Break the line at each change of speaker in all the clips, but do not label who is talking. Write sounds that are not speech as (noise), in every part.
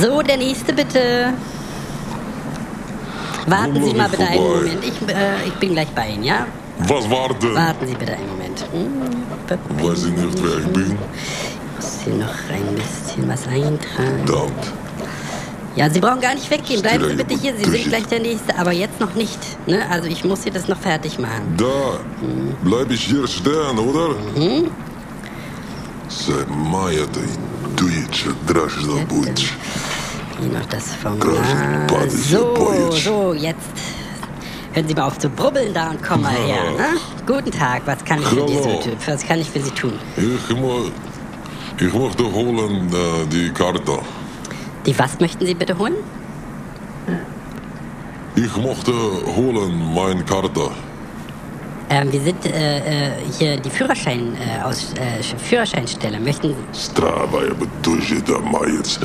So, der nächste bitte. Warten
Nummer
Sie mal
ist
bitte einen
vorbei.
Moment. Ich, äh, ich bin gleich bei Ihnen, ja?
Was war denn?
Warten Sie bitte einen Moment. Hm,
Weiß ich nicht, wer ich bin?
Ich muss hier noch ein bisschen was eintragen.
Verdammt.
Ja, Sie brauchen gar nicht weggehen. Bleiben Sie
Stille
bitte hier. Sie
Hypothese.
sind gleich der Nächste, aber jetzt noch nicht. Ne? Also ich muss hier das noch fertig machen.
Da bleib ich hier stehen, oder? Sei моя ты дичь, дрожь забудь.
Hier noch das
Großen
Formular.
Body
So,
Boyic.
so, jetzt. Hören Sie mal auf zu brubbeln da und kommen mal her. Ne? Guten Tag, was kann ich für,
Hallo.
diese, Typ- was kann ich für Sie tun?
Ich, mo ich möchte holen äh, die Karte.
Die was möchten Sie bitte holen?
Ich möchte holen meine Karte.
Ähm, wir sind äh, äh, hier die Führerschein, äh, aus, äh, Führerscheinstelle. Möchten
Strava, aber durch da jetzt.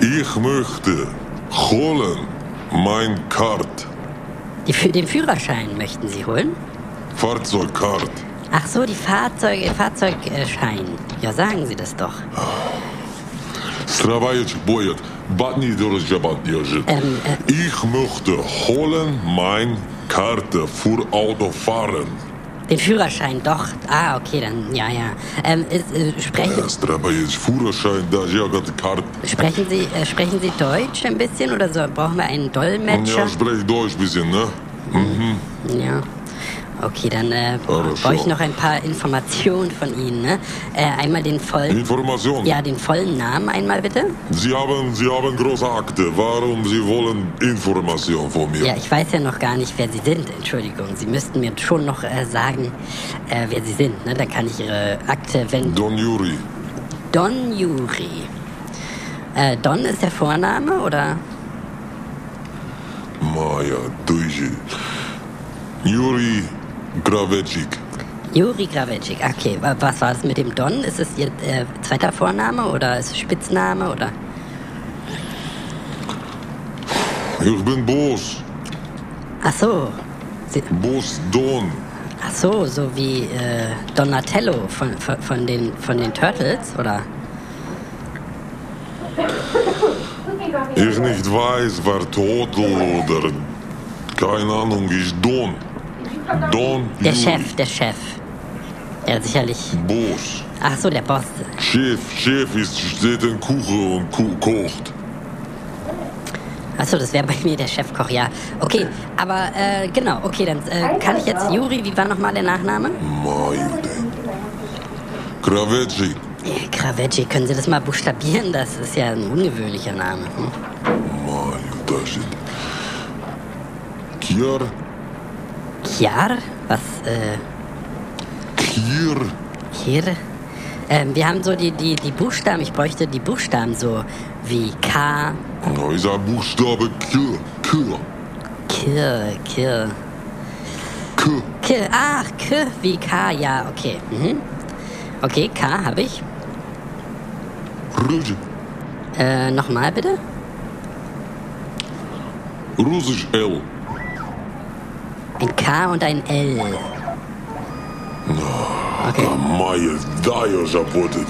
Ich möchte holen meine Karte.
die, für den Führerschein möchten Sie holen?
Fahrzeugkarte.
Ach so, die Fahrzeuge, Fahrzeugschein. Ja, sagen Sie das doch.
Stravajec bojet, batni dorjabat держит.
Ähm,
Ich möchte holen mein Karte für Autofahren.
Den Führerschein doch. Ah, okay, dann ja, ja. Ähm, ist, äh, sprechen,
Stravajec Führerschein, da jagat Karte.
sprechen Sie, äh, sprechen Sie Deutsch ein bisschen oder so? Brauchen wir einen
Я
Dolmetscher?
spreche Deutsch bisschen, ne?
Ja. Okay, dann äh,
Oder
brauche ich
so.
noch ein paar Informationen von Ihnen. Ne? Äh, einmal den
Hm.
vollen,
Information.
ja, den vollen Namen einmal bitte.
Sie haben, Sie haben große Akte. Warum Sie wollen Information von mir?
Ja, ich weiß ja noch gar nicht, wer Sie sind. Entschuldigung, Sie müssten mir schon noch äh, sagen, äh, wer Sie sind. Ne? Dann kann ich Ihre Akte wenden.
Don Yuri,
Don Juri. Äh, Don ist der Vorname oder?
Maja, Duji. Yuri Gravecik.
Juri Gravecik. Okay, wa- was war es mit dem Don? Ist es Ihr äh, zweiter Vorname oder ist es Spitzname oder?
Ich bin Boss.
Ach so. Sie,
Boss Don.
ach so, so wie äh, Donatello von, von, von, den, von den Turtles oder?
Ich nicht weiß, wer tot oder keine Ahnung ist Don. Don
Der
Juri.
Chef, der Chef. Ja, sicherlich.
Boss.
Ach so, der Boss.
Chef, Chef ist steht in Kuchen und ku kocht.
Achso, das wäre bei (laughs) mir der Chefkoch, ja. Okay, aber äh, genau, okay, dann äh, kann ich jetzt Juri, wie war nochmal der Nachname?
Majude. Kravecik.
Äh, Gravecki, können Sie das mal buchstabieren? Das ist ja ein ungewöhnlicher Name. Hm?
Majude. Kier,
Kjar? Was, äh,
Kier.
Kir? Ähm, wir haben so die, die, die Buchstaben, ich bräuchte die Buchstaben so wie K,
Na, ist ein Buchstabe Kier. Kier.
Kir, Kir,
K.
Kir, ach, K wie K, ja, okay. Mhm. Okay, K habe ich.
Russisch.
Äh, nochmal bitte.
Russisch L.
Ein K und ein L. Okay.
Maja, da ja работает.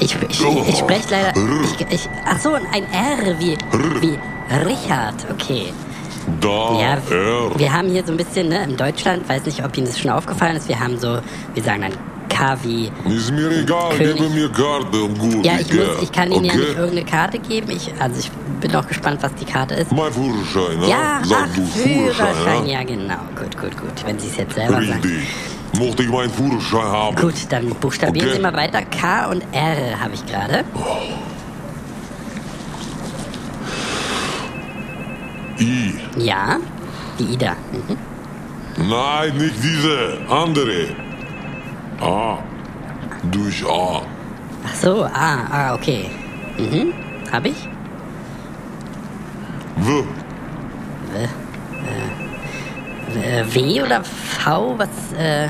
Ich, ich, ich spreche leider. Ich, ich, ach so, ein R wie, wie Richard. Okay.
Da,
Ja,
R.
wir haben hier so ein bisschen, ne, in Deutschland, weiß nicht, ob Ihnen das schon aufgefallen ist, wir haben so, wir sagen dann K wie.
Ist mir egal,
König.
gebe mir Karte und gut.
Ja, ich, muss, ich kann Ihnen ja
okay?
nicht irgendeine Karte geben. Ich, also ich bin auch gespannt, was die Karte ist.
Mein Führerschein, ne?
Ja,
Sag
ach,
du Führerschein,
Führerschein,
ne?
ja genau. Gut, gut, gut. Wenn Sie es jetzt selber sagen.
Richtig. Mochte ich meinen Führerschein haben.
Gut, dann buchstabieren
Okay.
Sie mal weiter. K und R habe ich gerade.
I.
Ja, die Ida. Mhm.
Nein, nicht diese. Andere. A. Durch A.
Ach so, ah, ah, okay. Mhm, habe ich.
W.
Äh, W oder V, was, äh,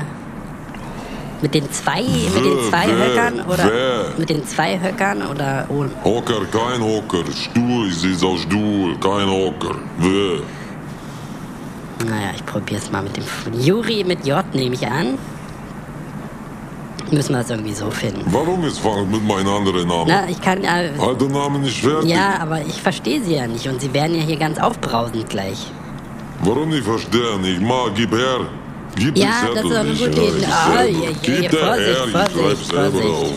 mit den zwei, mit den zwei
wer,
Höckern oder
wer?
mit den zwei Höckern oder ohne.
Hocker, kein Hocker. Stuhl ist aus Stuhl, kein Hocker. W.
Naja, ich probier's mal mit dem F- Juri mit J nehme ich an. müssen wir es irgendwie so finden.
Warum jetzt fangen mit meinem anderen Namen?
Na, ich kann ja.
Halt den Namen nicht fertig.
Ja, aber ich verstehe sie ja nicht und sie werden ja hier ganz aufbrausend gleich.
Warum nicht verstehen? Ich mag, gib her. Gib
Ja,
die Zettel
das ist eine
nicht.
gute
Ja,
Idee.
ich
Ah,
selber.
je, je,
Gib der
Vorsicht,
her, ich
Vorsicht,
schreib selber
Vorsicht.
auf.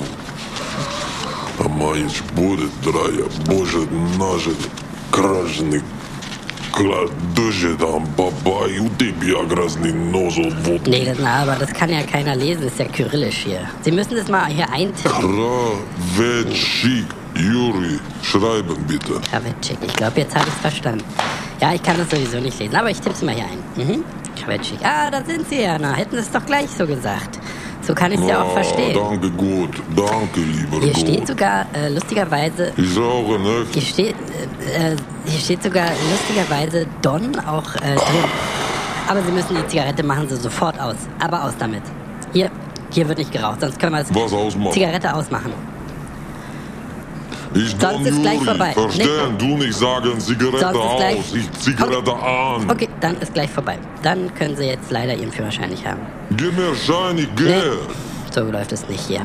А мои шпоры трая, боже, нажили, кражены, кладуши там, баба, и у тебя грязный нос, вот, вот,
Nee, das, na, aber das kann ja keiner lesen, das ist ja kyrillisch hier. Sie müssen das mal hier eintippen.
Krawetschik, Juri, schreiben bitte.
Krawetschik. Ich glaube, jetzt habe ich es verstanden. Ja, ich kann das sowieso nicht lesen, aber ich tippe es mal hier ein. Mhm. Krawetschik. Ah, da sind sie ja. Na, hätten es doch gleich so gesagt. So kann ich es
Oh,
ja auch verstehen.
danke gut, danke lieber
Hier steht
Gott.
sogar äh, lustigerweise
Ich rauche nicht.
Hier steht, äh, äh, hier steht sogar lustigerweise Don auch äh, drin. Aber Sie müssen die Zigarette machen Sie sofort aus. Aber aus damit. Hier, hier wird nicht geraucht, sonst können wir es.
Was ausmachen?
Zigarette ausmachen.
Ich
Sonst ist gleich vorbei.
Verstehen, du nicht sagen Zigarette
Sonst ist gleich-
aus, ich Zigarette an.
Okay, dann ist gleich vorbei. Dann können Sie jetzt leider Ihren Führerschein nicht haben.
Gib mir Schein, ich
Nee,
gehe.
so läuft es nicht hier.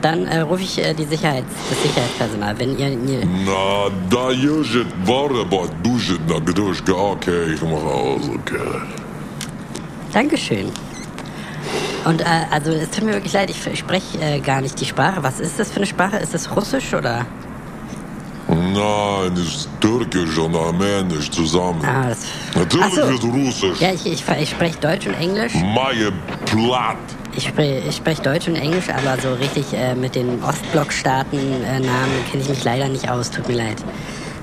Dann äh, rufe ich äh, die Sicherheits das Sicherheitspersonal. Wenn ihr, ihr
Mhm. Na, da ježet vare, ba dužet na gruška, okay, ich mach aus, okay.
Dankeschön. Und äh, also es tut mir wirklich leid, ich spreche äh, gar nicht die Sprache. Was ist das für eine Sprache? Ist das Russisch oder?
Nein, ist türkisch und armenisch zusammen.
Ah, das.
Natürlich
Ach so.
ist russisch.
Ja, ich, ich, ich spreche Deutsch und Englisch.
Maje platt.
Ich spreche ich sprech Deutsch und Englisch, aber so richtig äh, mit den Ostblockstaaten-Namen kenne ich mich leider nicht aus. Tut mir leid.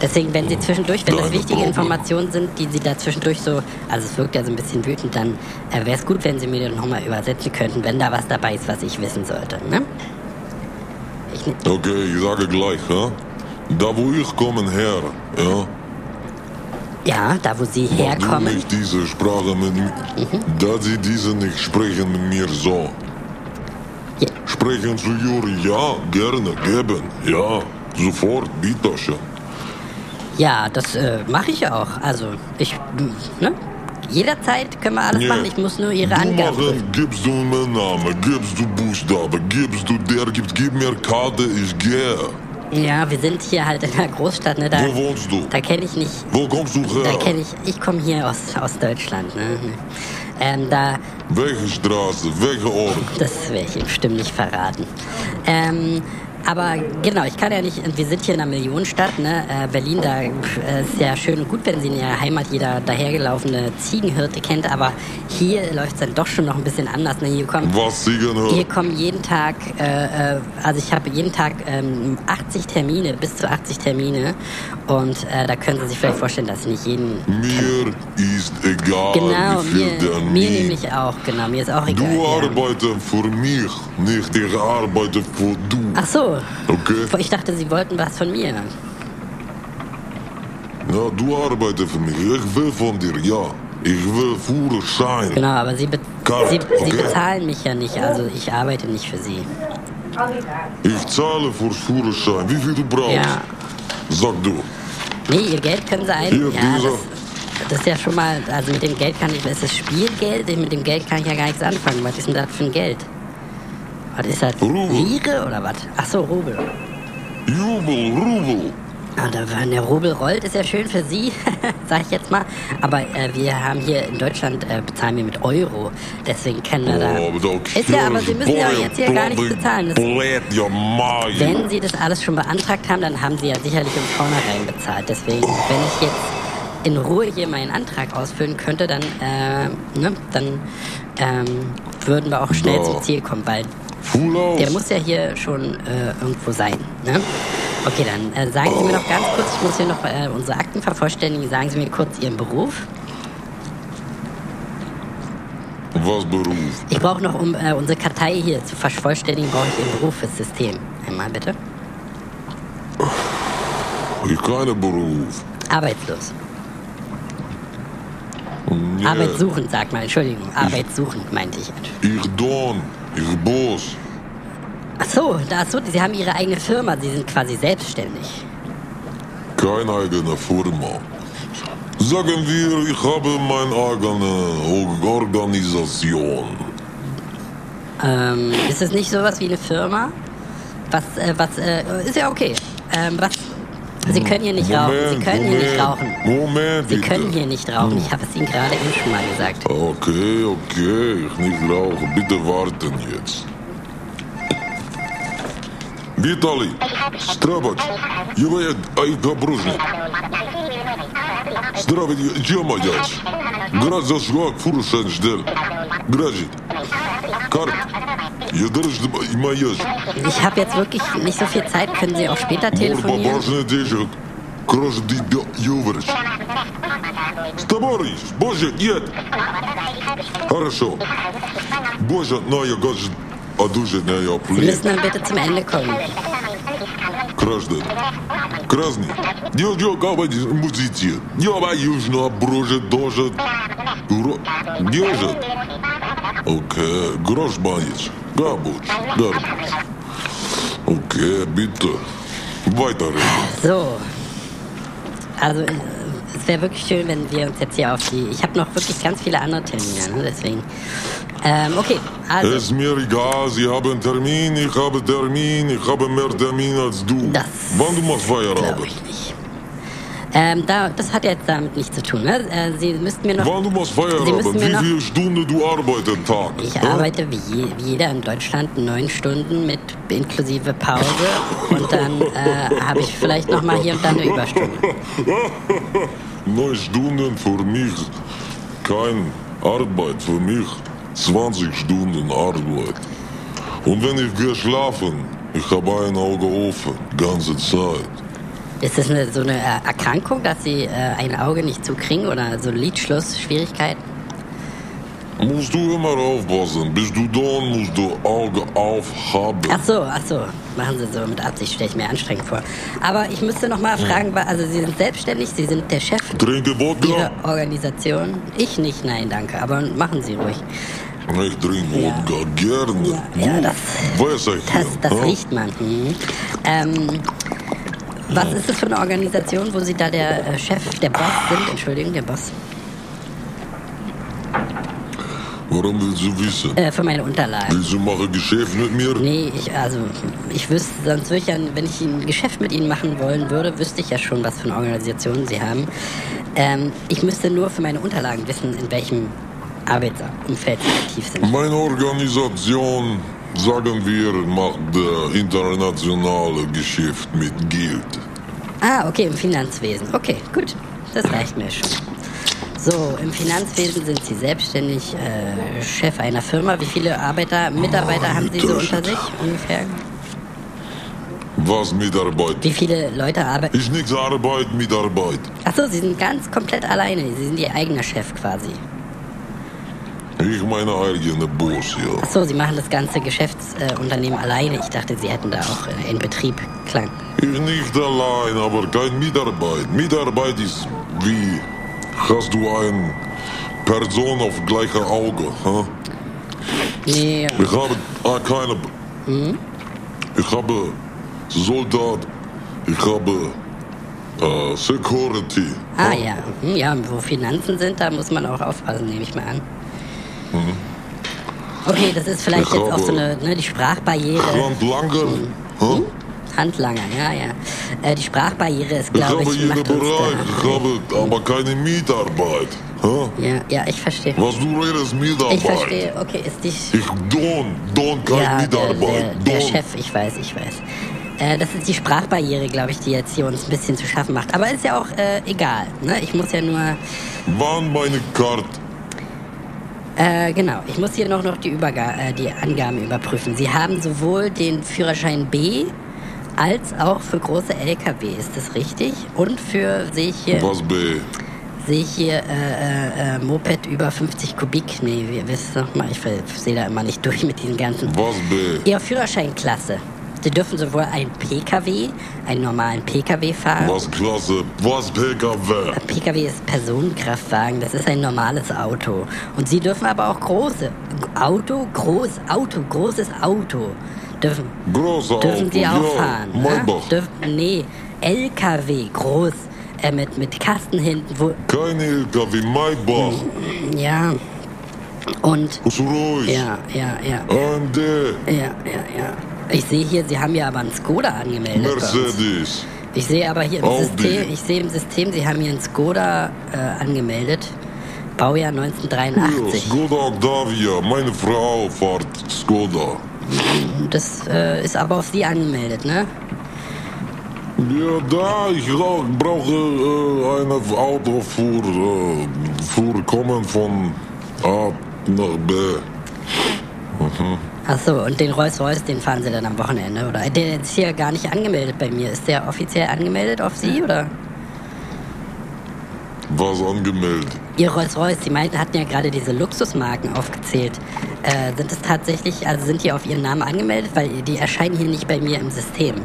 Deswegen, wenn Sie zwischendurch, wenn das
Keine
wichtige
Probleme.
Informationen sind, die Sie da zwischendurch so, also es wirkt ja so ein bisschen wütend, dann äh, wäre es gut, wenn Sie mir nochmal übersetzen könnten, wenn da was dabei ist, was ich wissen sollte. Ne? Ich, ne-
Okay, ich sage gleich, hä? Da wo ich kommen her, ja?
ja, da wo Sie
Du
herkommen.
nicht diese Sprache mit mir. Da sie diese nicht sprechen mit mir so.
Ja.
Sprechen zu Juri, ja, gerne, geben, ja. Sofort, bitteschön.
Ja, das äh, mache ich auch. Also, ich, m, ne? Jederzeit können wir alles
Nee.
machen. Ich muss nur Ihre
du
Angaben prüfen.
machen, gibst du mir Namen, gibst du Buchstaben, gibst du der, gibt, gib mir Karte, ich gehe.
Ja, wir sind hier halt in der Großstadt, ne? Da,
Wo wohnst du?
da kenne ich nicht.
Wo kommst du
Da
her?
kenne ich. Ich komme hier aus, aus Deutschland, ne? Ähm, da.
Welche Straße, welcher Ort?
Das werde ich ihm bestimmt nicht verraten. Ähm. Aber genau, ich kann ja nicht, wir sind hier in einer Millionenstadt, ne? Äh, Berlin, da pf, äh, ist ja schön und gut, wenn sie in ihrer Heimat jeder dahergelaufene Ziegenhirte kennt, aber hier läuft es dann doch schon noch ein bisschen anders. Ne? Hier kommen
Was Ziegen
Hier
hört?
kommen jeden Tag, äh, äh, also ich habe jeden Tag ähm, 80 Termine, bis zu 80 Termine. Und äh, da können Sie sich vielleicht vorstellen, dass ich nicht jeden.
Mir ist egal,
Genau,
wie viel
mir,
der
mir nämlich auch, genau, mir ist auch
Du
egal. ja.
arbeitest für mich, nicht ich arbeite für du.
Ach so,
Okay?
ich dachte, Sie wollten was von mir.
Ja, du arbeitest für mich. Ich will von dir, ja. Ich will Führerschein.
Genau, aber Sie, be
Klar,
Sie, Sie
okay.
bezahlen mich ja nicht, also ich arbeite nicht für Sie.
Ich zahle für Führerschein. Wie viel du brauchst?
Ja.
Sag du.
Nee, ihr Geld können sie ein.
Hier,
ja,
dieser.
das, das ist ja schon mal, also mit dem Geld kann ich, es ist Spielgeld, mit dem Geld kann ich ja gar nichts anfangen. Was ist denn das für ein Geld? Was ist das?
Rubel.
Lire oder was? Ach so, Rubel.
Jubel, Rubel.
Ah, da, wenn der Rubel rollt, ist ja schön für Sie, (laughs) sag ich jetzt mal. Aber äh, wir haben hier in Deutschland, äh, bezahlen wir mit Euro. Deswegen können wir da...
Oh, aber da
ist ja, aber Sie müssen ja jetzt hier gar nichts bezahlen. Das,
Blät, ja, Mai.
wenn Sie das alles schon beantragt haben, dann haben Sie ja sicherlich im Vornherein bezahlt. Deswegen, wenn ich jetzt in Ruhe hier meinen Antrag ausfüllen könnte, dann, äh, ne, dann ähm, würden wir auch schnell
Ja.
zum Ziel kommen, weil
Full aus.
der muss ja hier schon äh, irgendwo sein. Ne? Okay, dann äh, sagen Sie mir noch ganz kurz, ich muss hier noch äh, unsere Akten vervollständigen, sagen Sie mir kurz Ihren Beruf.
Was Beruf?
Ich brauche noch, um äh, unsere Kartei hier zu vervollständigen, brauche ich Ihren Beruf fürs System. Einmal bitte.
Ich keine Beruf.
Arbeitslos. Ah,
Nee.
Arbeitssuchend, sag mal, Entschuldigung. Arbeitssuchend meinte ich.
Ich Don. Ich Boss.
Ach so, da- ach so, Sie haben Ihre eigene Firma, Sie sind quasi selbstständig.
Keine eigene Firma. Sagen wir, ich habe meine eigene Organisation.
Ähm, ist es nicht sowas wie eine Firma? Was, äh, was, äh, ist ja okay. Ähm, was, Sie können hier nicht rauchen. Sie können hier nicht rauchen.
Moment,
Sie
bitte.
können hier nicht rauchen. Ich habe es Ihnen gerade eben schon mal gesagt.
Okay, okay, ich nicht rauchen. Bitte warten jetzt. Виталий, Страбач, Ювая Айдобружник. Здравия, Джамадяч. Граза Швак Фуршанждер. Гражит. Карп. Я держу маяч.
Ich habe jetzt wirklich nicht so viel Zeit. Können Sie auch später
Борба
telefonieren?
бажная дежит. Крожды до юврыш. Стаборыш, боже, нет. Хорошо. Боже, но я а гожит. Одужанная
Sie
плеть.
müssen dann bitte zum Ende kommen.
Граждане, красный, не идет говорить музыки, не оба южно броже дожит, Уро- держит. Окей, грош боец, габуч, гарбуч. Окей, биtte, weiter.
So. Also, äh, es wäre wirklich schön, wenn wir uns jetzt hier auf die. Ich habe noch wirklich ganz viele andere Termine, ne? deswegen. Ähm, okay, also.
Es mir egal, sie haben Termin, ich habe Termin, ich habe mehr Termin als du.
Das
Wann du machst
Glaube
Feierabend?
ich nicht. Ähm, da, das hat jetzt damit nichts zu tun. Ne? Äh, Sie müssten mir noch.
Wann du machst
müssen
Feierabend?
mir
Wie
noch-
viele Stunden du arbeitest am Tag?
Ich
Hä?
arbeite wie, je, wie jeder in Deutschland neun Stunden mit inklusive Pause und dann äh, habe ich vielleicht noch mal hier und da eine Überstunde.
Neun Stunden für mich. Kein Arbeit für mich. 20 Stunden Arbeit. Und wenn ich gehe schlafen, ich habe ein Auge offen, ganze Zeit.
Ist das eine, so eine äh, Erkrankung, dass Sie äh, ein Auge nicht zukriegen oder so Lidschlussschwierigkeiten?
Musst du immer aufpassen, bis du dann musst du Auge aufhaben.
Ach so, ach so. Machen Sie so mit Absicht, stelle ich mir anstrengend vor. Aber ich müsste noch mal fragen, wa- also Sie sind selbstständig, Sie sind der Chef
Trinke
Ihrer
Wodka?
Organisation. Ich nicht, nein, danke. Aber machen Sie ruhig.
Ich trinke
Ja.
Wodka gerne.
Ja, ja, das-
Weiß ich
Das, das
ja?
riecht man. Hm. Ähm, was ist das für eine Organisation, wo Sie da der äh, Chef, der Boss sind? Entschuldigung, der Boss.
Warum willst du wissen?
Äh, für meine Unterlagen.
Willst du machen Geschäft mit mir?
Nee, ich, also, ich wüsste, sonst würde ich ja, wenn ich ein Geschäft mit Ihnen machen wollen würde, wüsste ich ja schon, was für eine Organisation Sie haben. Ähm, ich müsste nur für meine Unterlagen wissen, in welchem Arbeitsumfeld Sie aktiv sind.
Meine Organisation, sagen wir, macht äh, internationale Geschäft mit Geld.
Ah, okay, im Finanzwesen. Okay, gut. Das reicht mir schon. So, im Finanzwesen sind Sie selbstständig, äh, Chef einer Firma. Wie viele Arbeiter, Mitarbeiter haben Sie so unter sich ungefähr?
Was mit Arbeit?
Wie viele Leute arbeiten?
Ist nichts Arbeit mit Arbeit.
Achso, Sie sind ganz komplett alleine. Sie sind Ihr eigener Chef quasi.
Ich meine eigene Boss, ja.
Achso, Sie machen das ganze Geschäftsunternehmen äh, Unternehmen alleine. Ich dachte, Sie hätten da auch äh, einen Betrieb. Klang.
Ich nicht allein, aber kein Mitarbeit. Mitarbeit ist wie, hast du ein Person auf gleicher Auge, hä?
Nee,
Ich habe ah, keine.
Hm?
Ich habe Soldat. Ich habe äh, Security.
ah ja. Hm, ja, wo Finanzen sind, da muss man auch aufpassen, nehme ich mal an. Okay, das ist vielleicht
Ich
jetzt auch so
glaube-
eine, ne, die Sprachbarriere.
Handlanger. Hä?
Handlanger, ja, ja. Äh, die Sprachbarriere ist,
Ich
glaube
habe
ich,
jeden
macht uns
Bereich. Ich
da.
habe aber keine Mietarbeit. Hä?
Ja, ja, ich verstehe.
Was du redest,
Ich
Mietarbeit.
verstehe, okay, ist die.
Ich don, don keine
Ja, der, der,
Mietarbeit.
der
Don.
Chef, ich weiß, ich weiß. Äh, das ist die Sprachbarriere, glaube ich, die jetzt hier uns ein bisschen zu schaffen macht. Aber ist ja auch äh, egal. Ne? Ich muss ja nur.
Wann meine Karte?
Äh, genau, ich muss hier noch, noch die, Überga äh, die Angaben überprüfen. Sie haben sowohl den Führerschein B als auch für große LKW, ist das richtig? Und für, sehe ich hier.
Was B?
Sehe ich hier äh, äh, äh, Moped über 50 Kubik? Nee, wir wisst doch mal, ich ver- sehe da immer nicht durch mit diesen ganzen.
Was B?
Ihre Führerscheinklasse. Sie dürfen sowohl einen PKW, einen normalen PKW fahren.
Was Klasse? Was PKW?
PKW ist Personenkraftwagen, das ist ein normales Auto. Und Sie dürfen aber auch große Auto, groß Auto, großes Auto dürfen
Großer
dürfen
Auto.
Sie auch
ja,
fahren. Ne?
Maybach.
Dürf, nee, LKW groß äh, mit mit Kasten hinten, wo
Keine LKW, Maybach.
Ja, Und
Bist du ruhig?
ja, ja, ja,
AMD,
ja, ja, ja. Ich sehe hier, Sie haben ja aber einen Skoda angemeldet. bei uns.
Mercedes.
Ich sehe aber hier im
Audi.
System, ich sehe im System, Sie haben hier einen Skoda äh, angemeldet. Baujahr
Ja,
1983.
Skoda Octavia, meine Frau fährt Skoda.
Das äh, ist aber auf Sie angemeldet, ne?
Ja, da, ich glaub, ich brauche äh, ein Auto für, äh, für Kommen von A nach B.
Ach so, und den Rolls Royce, den fahren Sie dann am Wochenende, oder? Der ist hier gar nicht angemeldet bei mir. Ist der offiziell angemeldet auf Sie, oder?
Was angemeldet?
Ihr Rolls Royce, Sie meinten, hatten ja gerade diese Luxusmarken aufgezählt. Äh, sind es tatsächlich, also sind die auf Ihren Namen angemeldet? Weil die erscheinen hier nicht bei mir im System.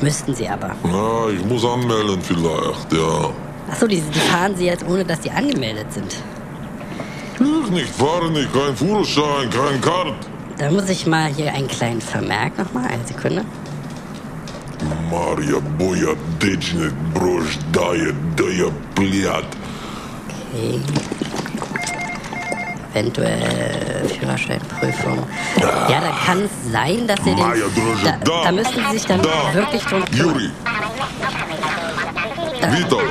Müssten sie aber.
Ja, ich muss anmelden vielleicht, ja.
Ach so, die, die fahren Sie jetzt, ohne dass die angemeldet sind.
Ich nicht, fahre nicht, kein Führerschein, kein Kart.
Da muss ich mal hier einen kleinen Vermerk nochmal, eine Sekunde.
Марья боя дечнет брождает, да я плят.
Okay. Eventuell Führerscheinprüfung. Ja, dann kann es sein, dass Sie den.
Maja Droge,
da,
da.
da müssen Sie sich dann
Da.
wirklich drum kümmern.
Юрий, Витал,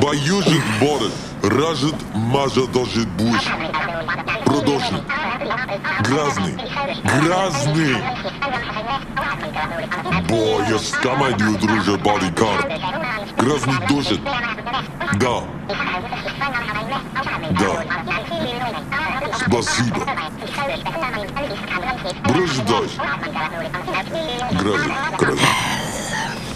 боюжит борет, ражет мажа дожит буш. Продолжит. Грязный, грязный. Боя с командой дружа баррикад. Грязный дожит. Да. Да. Спасибо. Брыжь дождь. Грязный, грязный.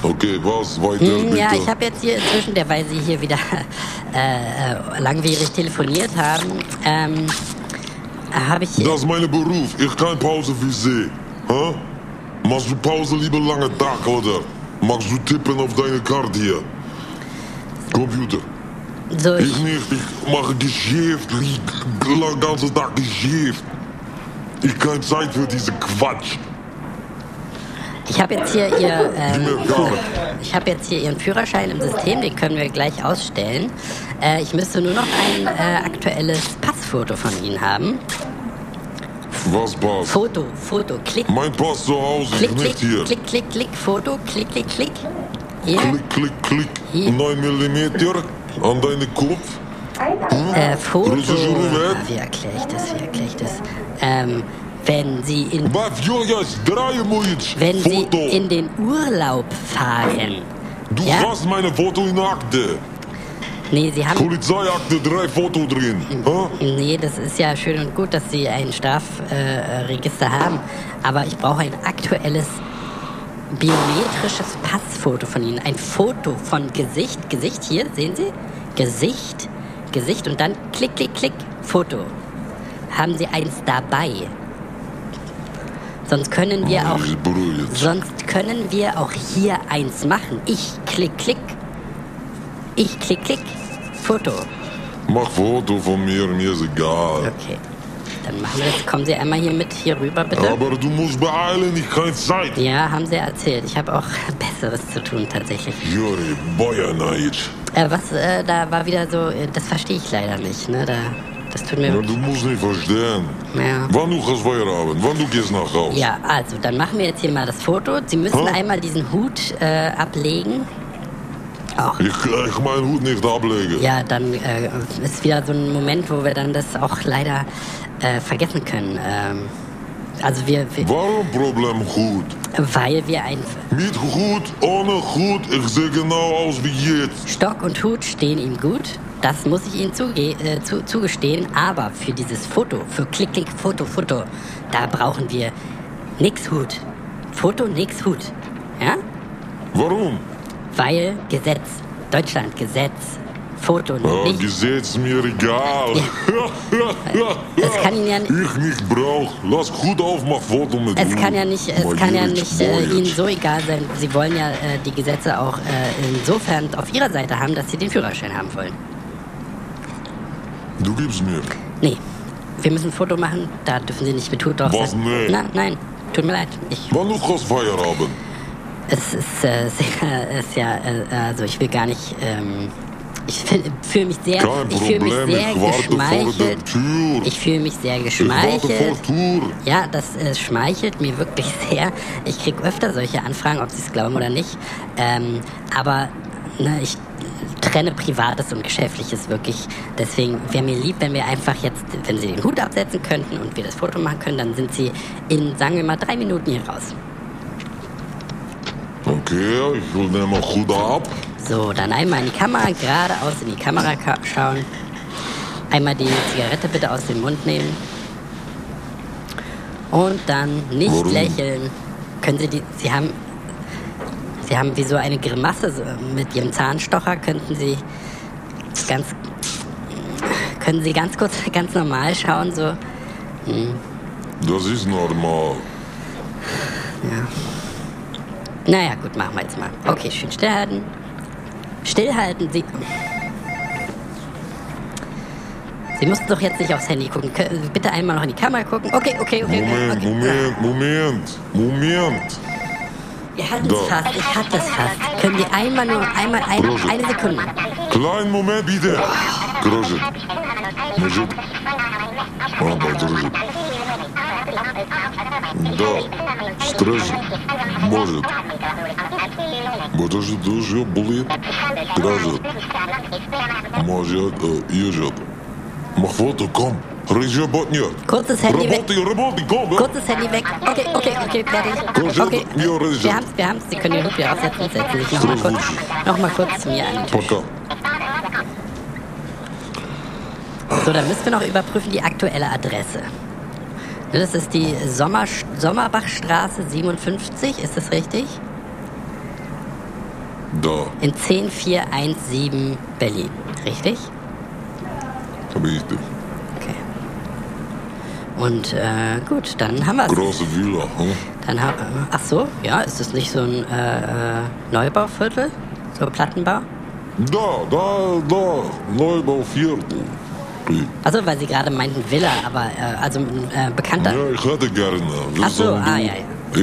Окей, вас weiter
Hm,
bitte.
Ja, ich habe jetzt hier inzwischen, der weil Sie hier wieder (laughs) äh, äh, langwierig telefoniert haben, ähm, habe ich hier.
Das ist mein Beruf. Ich kann Pause für Sie. Hä? Machst du Pause lieber lange Tag, oder? Magst du tippen auf deine Karte hier? Computer.
So,
Ich
ich,
nicht. Ich mache Geschäft. Ich den ganzen Tag Geschäft. Ich keine Zeit für diese Quatsch.
ich habe jetzt hier Ihr.
Gib
Ähm,
mir Karte.
ich habe jetzt hier Ihren Führerschein im System, den können wir gleich ausstellen. Äh, ich müsste nur noch ein äh, aktuelles Passfoto von Ihnen haben.
Was passt?
Foto, Foto, klick,
Mein Pass zu Hause. Ich
klick,
nicht
klick,
hier.
klick, klick, klick, Foto, klick, klick, klick. Hier,
Klick, klick, klick.
Hier.
9 Millimeter an deinen Kopf. Eh.
äh, Foto.
Russische Roulette.
Ah, Wie erkläre ich das, wie erkläre ich das? Ähm, wenn Sie in,
Baf, Jojas, drei Mujitsch.
wenn Sie
Foto.
in den Urlaub fahren.
Du
ja?
hast meine Foto in der Akte.
Nee, Sie haben,
Polizeiakte, drei Foto drin. Hä?
nee, das ist ja schön und gut, dass Sie ein Strafregister äh, Register haben. Aber ich brauche ein aktuelles biometrisches Passfoto von Ihnen. Ein Foto von Gesicht, Gesicht hier, sehen Sie? Gesicht, Gesicht und dann klick, klick, klick, Foto. Haben Sie eins dabei? Sonst können wir auch,
Ich beruhige jetzt.
sonst können wir auch hier eins machen. Ich klick, klick, ich klick, klick, Foto.
Mach Foto von mir, mir ist egal.
Okay, dann machen wir das. Kommen Sie einmal hier mit hier rüber, bitte.
Aber du musst beeilen, ich keine Zeit.
Ja, haben Sie erzählt. Ich habe auch (laughs) Besseres zu tun tatsächlich.
Juri, Bojanajic.
Äh, was, äh, da war wieder so, äh, das verstehe ich leider nicht, ne? Da, das tut mir
Ja, du musst nicht verstehen.
Ja.
Wann du hast Feierabend, wann du gehst nach Hause.
Ja, also, dann machen wir jetzt hier mal das Foto. Sie müssen
Huh?
einmal diesen Hut äh, ablegen. Auch.
Ich, ich meinen Hut nicht ablegen.
Ja, dann äh, ist wieder so ein Moment, wo wir dann das auch leider äh, vergessen können. Ähm, also wir, wir
Warum Problem Hut?
weil wir ein
Mit Hut, ohne Hut, ich sehe genau aus nou wie jetzt.
Stock und Hut stehen ihm gut. Das muss ich Ihnen zuge äh, zu zugestehen. Aber für dieses Foto, für Klick, Klick, Foto, Foto, da brauchen wir nix Hut. Foto, nix Hut. Ja?
Warum?
Weil Gesetz. Deutschland, Gesetz. Foto,
Ja,
nicht.
Gesetz mir egal. (laughs)
Es kann ihn ja nicht-
Ich nicht brauch. Lass gut auf, mach Foto mit
Es
Hut.
kann ja nicht,
Mal
es kann ja
jetzt,
nicht
mal
äh,
jetzt.
Ihnen so egal sein. Sie wollen ja äh, die Gesetze auch äh, insofern auf Ihrer Seite haben, dass Sie den Führerschein haben wollen.
Du gibst mir.
Nee, wir müssen ein Foto machen, da dürfen Sie nicht mit Hut drauf
Was?
sein.
Nee.
Na, nein, tut mir leid. Ich,
Wann du hast Feierabend?
(laughs) es ist, äh, sehr, ist ja, äh, also ich will gar nicht, ähm, Ich fühle mich sehr,
Kein
ich fühle mich
Problem,
sehr
ich warte vor der
geschmeichelt.
Tür.
Ich fühle mich sehr
Ich warte
geschmeichelt.
vor Tür.
Ja, das äh, schmeichelt mir wirklich sehr. Ich krieg öfter solche Anfragen, ob sie es glauben oder nicht. Ähm, aber ne, ich trenne Privates und Geschäftliches wirklich. Deswegen wäre mir lieb, wenn wir einfach jetzt, wenn sie den Hut absetzen könnten und wir das Foto machen können, dann sind sie in, sagen wir mal, drei Minuten hier raus.
Okay, ich hol den mal Hut ab.
So, dann einmal in die Kamera, geradeaus in die Kamera ka schauen. Einmal die Zigarette bitte aus dem Mund nehmen. Und dann nicht
Warum?
lächeln. Können Sie die. Sie haben. Sie haben wie so eine Grimasse so mit Ihrem Zahnstocher. Könnten Sie ganz. Können Sie ganz kurz, (laughs) ganz normal schauen, so.
Das ist normal.
Naja, gut, machen wir jetzt mal. Okay, schön stillhalten. Stillhalten, Sie. Sie mussten doch jetzt nicht aufs Handy gucken. Kö- Bitte einmal noch in die Kamera gucken. Okay, okay, okay. okay,
Moment,
okay.
Moment, Moment, Moment.
Wir halten es
Da.
fast. Ich halte das fast. Können wir einmal nur, einmal, ein,
Prosit.
eine Sekunde.
Kleinen Moment bitte. Grüße. Мужик. Мама, дружит. Да, стресс может. Подожди, тоже болит. Грозит. Может, э, ежит. Махвата, ком. Работник.
Kurzes Handy weg.
Работай, работай, ком. да?
Kurzes Handy weg. Okay, okay, okay, fertig.
Kurze-
Okay.
Ja, richtig.
Wir haben's, wir haben's. Sie können den Hut wieder aufsetzen. Setzen sich nochmal
Sehr
kurz,
gut.
noch mal kurz zu mir an.
Пока.
So, dann müssen wir noch überprüfen die aktuelle Adresse. Ne, Das ist die Sommer, Sommerbachstraße 57, ist das richtig?
Да,
In 10417 Berlin, richtig?
видите.
Okay. Und äh, gut, dann haben wir es.
Große Villa. hm?
Dann ha Ach so, ja, ist das nicht so ein äh, äh, Neubauviertel? So Plattenbau?
Да, да, да. Neubau Viertel.
Also, weil Sie gerade meinten Villa, aber äh, also ein äh, Bekannter.
Ja, ich hätte gerne. Wir
Ach so,
sind
ah,
du.
ja,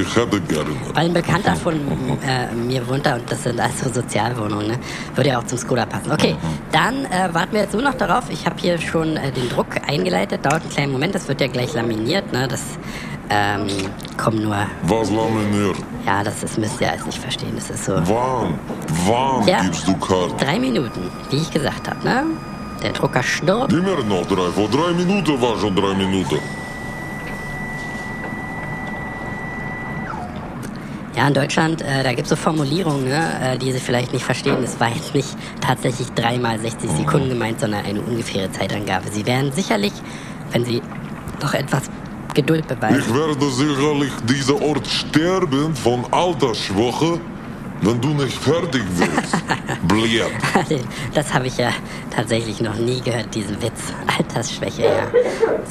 Ich hätte gerne.
Weil ein Bekannter von äh, mir wohnt da und das sind also Sozialwohnungen, ne? Würde ja auch zum Skoda passen. Okay, dann äh, warten wir jetzt nur noch darauf. Ich habe hier schon äh, den Druck eingeleitet. Dauert einen kleinen Moment, das wird ja gleich laminiert, ne? Das ähm, kommen nur.
Was laminiert?
Ja, das ist, müsst ihr alles nicht verstehen. Das ist so.
Wann? Wann
Ja.
gibst du Karte?
Drei Minuten, wie ich gesagt habe, ne? Der Drucker schnurrt.
Gib mir noch drei. Vor drei Minuten war schon drei Minuten.
Ja, in Deutschland, äh, da gibt's so Formulierungen, ne, äh, die Sie vielleicht nicht verstehen. Es war jetzt nicht tatsächlich dreimal 60
Mhm.
Sekunden gemeint, sondern eine ungefähre Zeitangabe. Sie werden sicherlich, wenn Sie noch etwas Geduld beweisen. (laughs)
Ich werde sicherlich dieser Ort sterben von Altersschwäche, wenn du nicht fertig wirst. Blöd.
Das habe ich ja tatsächlich noch nie gehört, diesen Witz. Altersschwäche, ja.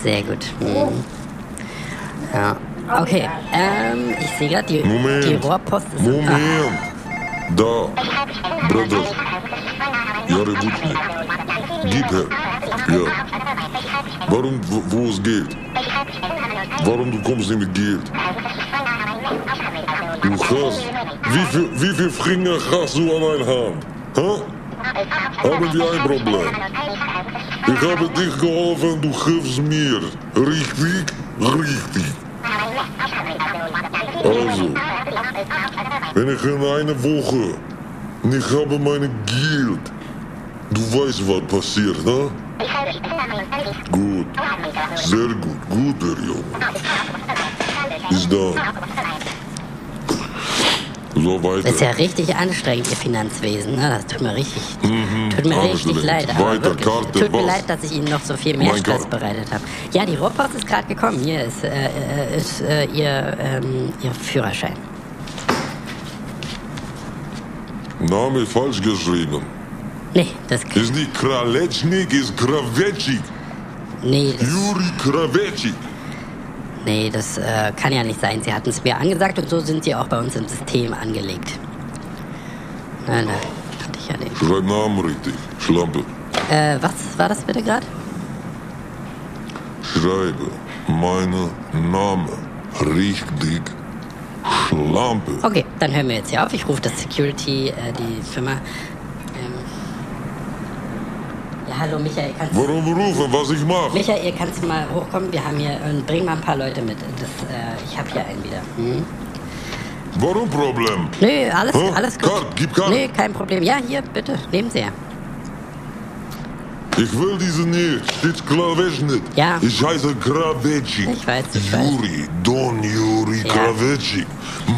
Sehr gut. Hm. Ja. Okay, ähm, ich sehe gerade, die,
Moment.
die Rohrpost ist...
Moment. Da. Bruder. Ja, Rebutnik. Gib her. Ja. Warum, wo, wo es geht? Warum du kommst nicht mit Geld? Du hast. Wie viel, wie viel Finger hast du an einer Hand? Hä? Haben wir ein Problem? Ich habe dich geholfen, du hilfst mir. Richtig? Richtig. Also, wenn ich in einer Woche nicht habe meine Geld, du weißt, was passiert, ne? Gut, sehr gut, guter Junge. Bis dann. So weiter.
Das ist ja richtig anstrengend, Ihr Finanzwesen. Ne? Das tut mir richtig,
Mhm.
tut mir richtig
anstrengend.
leid. aber
Weiter,
wirklich.
Karte,
tut mir
was?
leid, dass ich Ihnen noch so viel mehr
Mein
Stress
Gott.
bereitet habe. Ja, die Rohrpost ist gerade gekommen. Hier ist, äh, äh, ist äh, ihr, ähm, ihr Führerschein.
Name falsch geschrieben.
Nee, das
Ist nicht Kraletschnik, ist Krawetschik.
nee, das,
Juri Krawetschik.
nee, das äh, kann ja nicht sein. Sie hatten es mir angesagt und so sind Sie auch bei uns im System angelegt. Nein, nein, hatte ich ja nicht.
Schreib Namen richtig, Schlampe.
Äh, was war das bitte gerade?
Schreibe meinen Namen richtig, Schlampe.
Okay, dann hören wir jetzt hier auf. Ich rufe das Security, äh, die Firma. Ähm, hallo Michael, kannst du...
Warum rufen, was ich mache?
Michael, kannst du mal hochkommen? Wir haben hier... Und bring mal ein paar Leute mit. Das, äh, ich habe hier einen wieder. Hm?
Warum Problem?
Nö, alles,
Hä?
alles gut.
Karte, gib Karte.
Nö, kein Problem. Ja, hier, bitte. Nehmen Sie ja.
Ich will diese nicht. Steht Krawetschnik.
Ja.
Ich heiße Krawetschik.
Ich weiß, ich weiß.
Juri, Don Juri
Ja.
Krawetschik.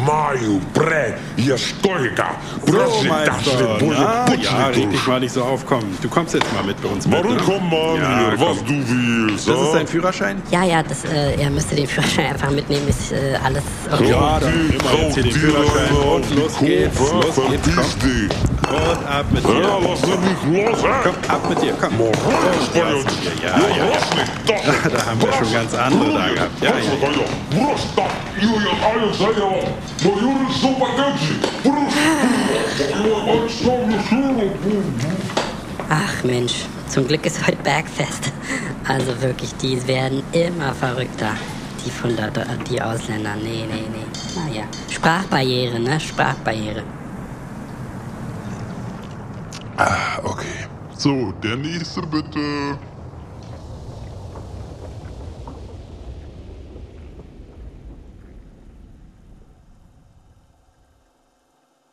Maju, Pre, ja, Jaskolka,
So, Meister. Na, ja, richtig
Putschnikow.
mal nicht so aufkommen. Du kommst jetzt mal mit bei uns.
Warum
Bettler.
komm mal
Ja,
hier,
komm.
was du willst?
Das ist
ah?
dein Führerschein?
Ja, ja, das, äh, er müsste den Führerschein einfach mitnehmen. Ist äh, alles... Okay.
Ja, dann
die-
nimm mal jetzt hier den
die
Führerschein
Leute
und
auf
los
die
geht's,
Kurve,
los geht's,
Verpiss dich.
Und ab mit
Ja,
dir.
lass mich los, hä?
Komm, ab mit dir, komm. Oh,
Moral,
Los, ja,
Spanier.
ja, ja, ja. (laughs)
Rosch nicht, doch.
Da haben wir schon ganz andere da gehabt. Ja, ja.
Rosch, Rosch, Rosch, doch. Julia, alles sei ja auch. Bei Juri ist super Döpsi. Rosch. Ja, alles sei ja auch.
Ach Mensch, zum Glück ist heute Bergfest. Also wirklich, die werden immer verrückter. Die von da, da- die Ausländer. Nee, nee, nee. Naja. Sprachbarriere, ne? Sprachbarriere.
Okay. So, der nächste bitte.